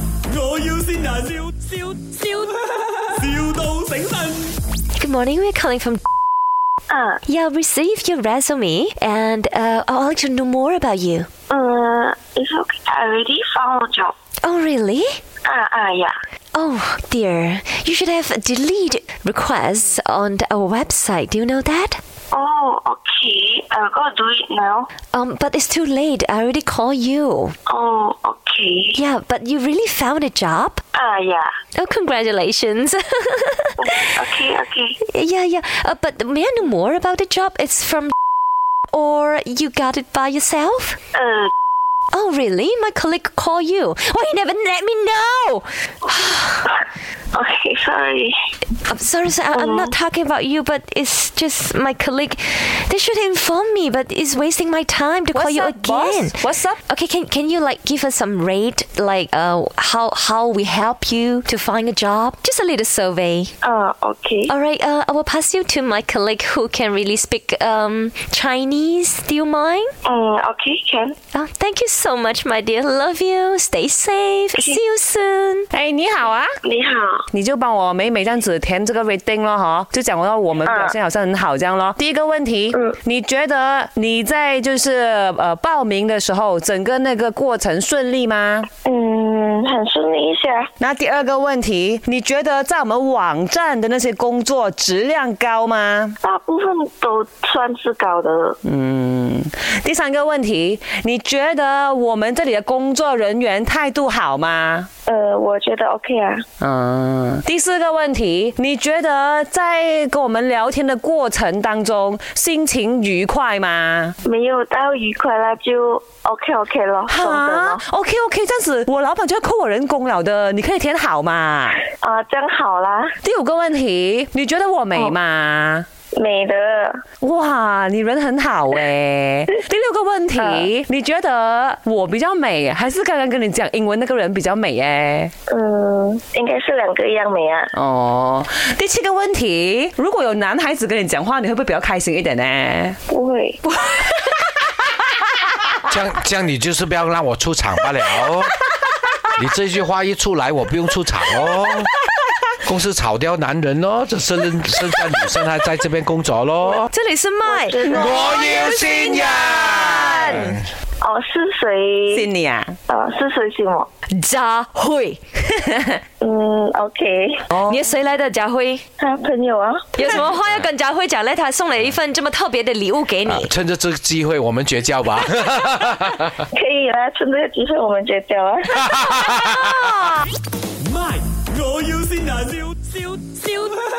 要先人，笑笑笑，,笑到醒神。 Good morning, we're calling from. Uh. Yeah, we received your resume and uh, I'd like to know more about you. Uh, it's okay. I already found a job. Oh, really? Uh, uh, yeah. Oh, dear. You should have delete requests on our website. Do you know that? Oh, okay. I'll go do it now. Um, but it's too late. I already called you. Oh, okay. Yeah, but you really found a job? Uh, yeah. Oh, congratulations. Okay, okay. yeah, yeah. Uh, but may I know more about the job? It's from. Or you got it by yourself? Uh, Oh, really? My colleague called you. Why you never let me know? okay, sorry. I'm sorry, sir. I- I'm not Uh-huh. talking about you, but it's just my colleague. They should inform me, but it's wasting my time to call What's you up, again. boss? What's up? Okay, can can you like give us some rate, like uh, how how we help you to find a job? Just a little survey. Uh, okay. All right. Uh, I will pass you to my colleague who can really speak um Chinese. Do you mind? Uh, okay, can. Oh, thank you so much, my dear. Love you. Stay safe. See you soon. 哎，你好啊，你好。你就帮我每每这样子填这个 rating 咯，哈，就讲到我们表现好像很好这样咯。第一个问题，你觉得你在就是呃报名的时候，整个那个过程顺利吗？嗯，很顺利一下。那第二个问题，你觉得在我们网站的那些工作质量高吗？大部分都算是高的。嗯。第三个问题，你觉得我们这里的工作人员态度好吗？呃，我觉得 OK 啊。嗯，第四个问题，你觉得在跟我们聊天的过程当中，心情愉快吗？没有到愉快啦，就 OK OK 咯，中等咯。 ，OK OK，这样子我老板就要扣我人工了的，你可以填好 嘛。啊、这样好啦，第五个问题，你觉得我美吗？美的。哇，你人很好 诶。第六个问题，你觉得我比较美，还是刚刚跟你讲英文那个人比较美欸诶？嗯，应该是两个一样美啊。哦，第七个问题，如果有男孩子跟你讲话，你会不会比较开心一点呢？不会，这样这样你就是不要让我出场 罢了。你这句话一出来，我不用出场哦。公司炒掉男人哦，只剩剩下女生还在这边工作咯。这里是麦。我要新人。哦，是谁？信你啊！哦，是谁请我？佳慧，嗯，OK， 你的谁来的？佳慧，他朋友啊。有什么话要跟佳慧讲嘞？他送了一份这么特别的礼物给你啊，趁着这个机会，我们绝交吧。可以啊，趁这个机会我们绝交啊。卖！我要先人，笑笑笑，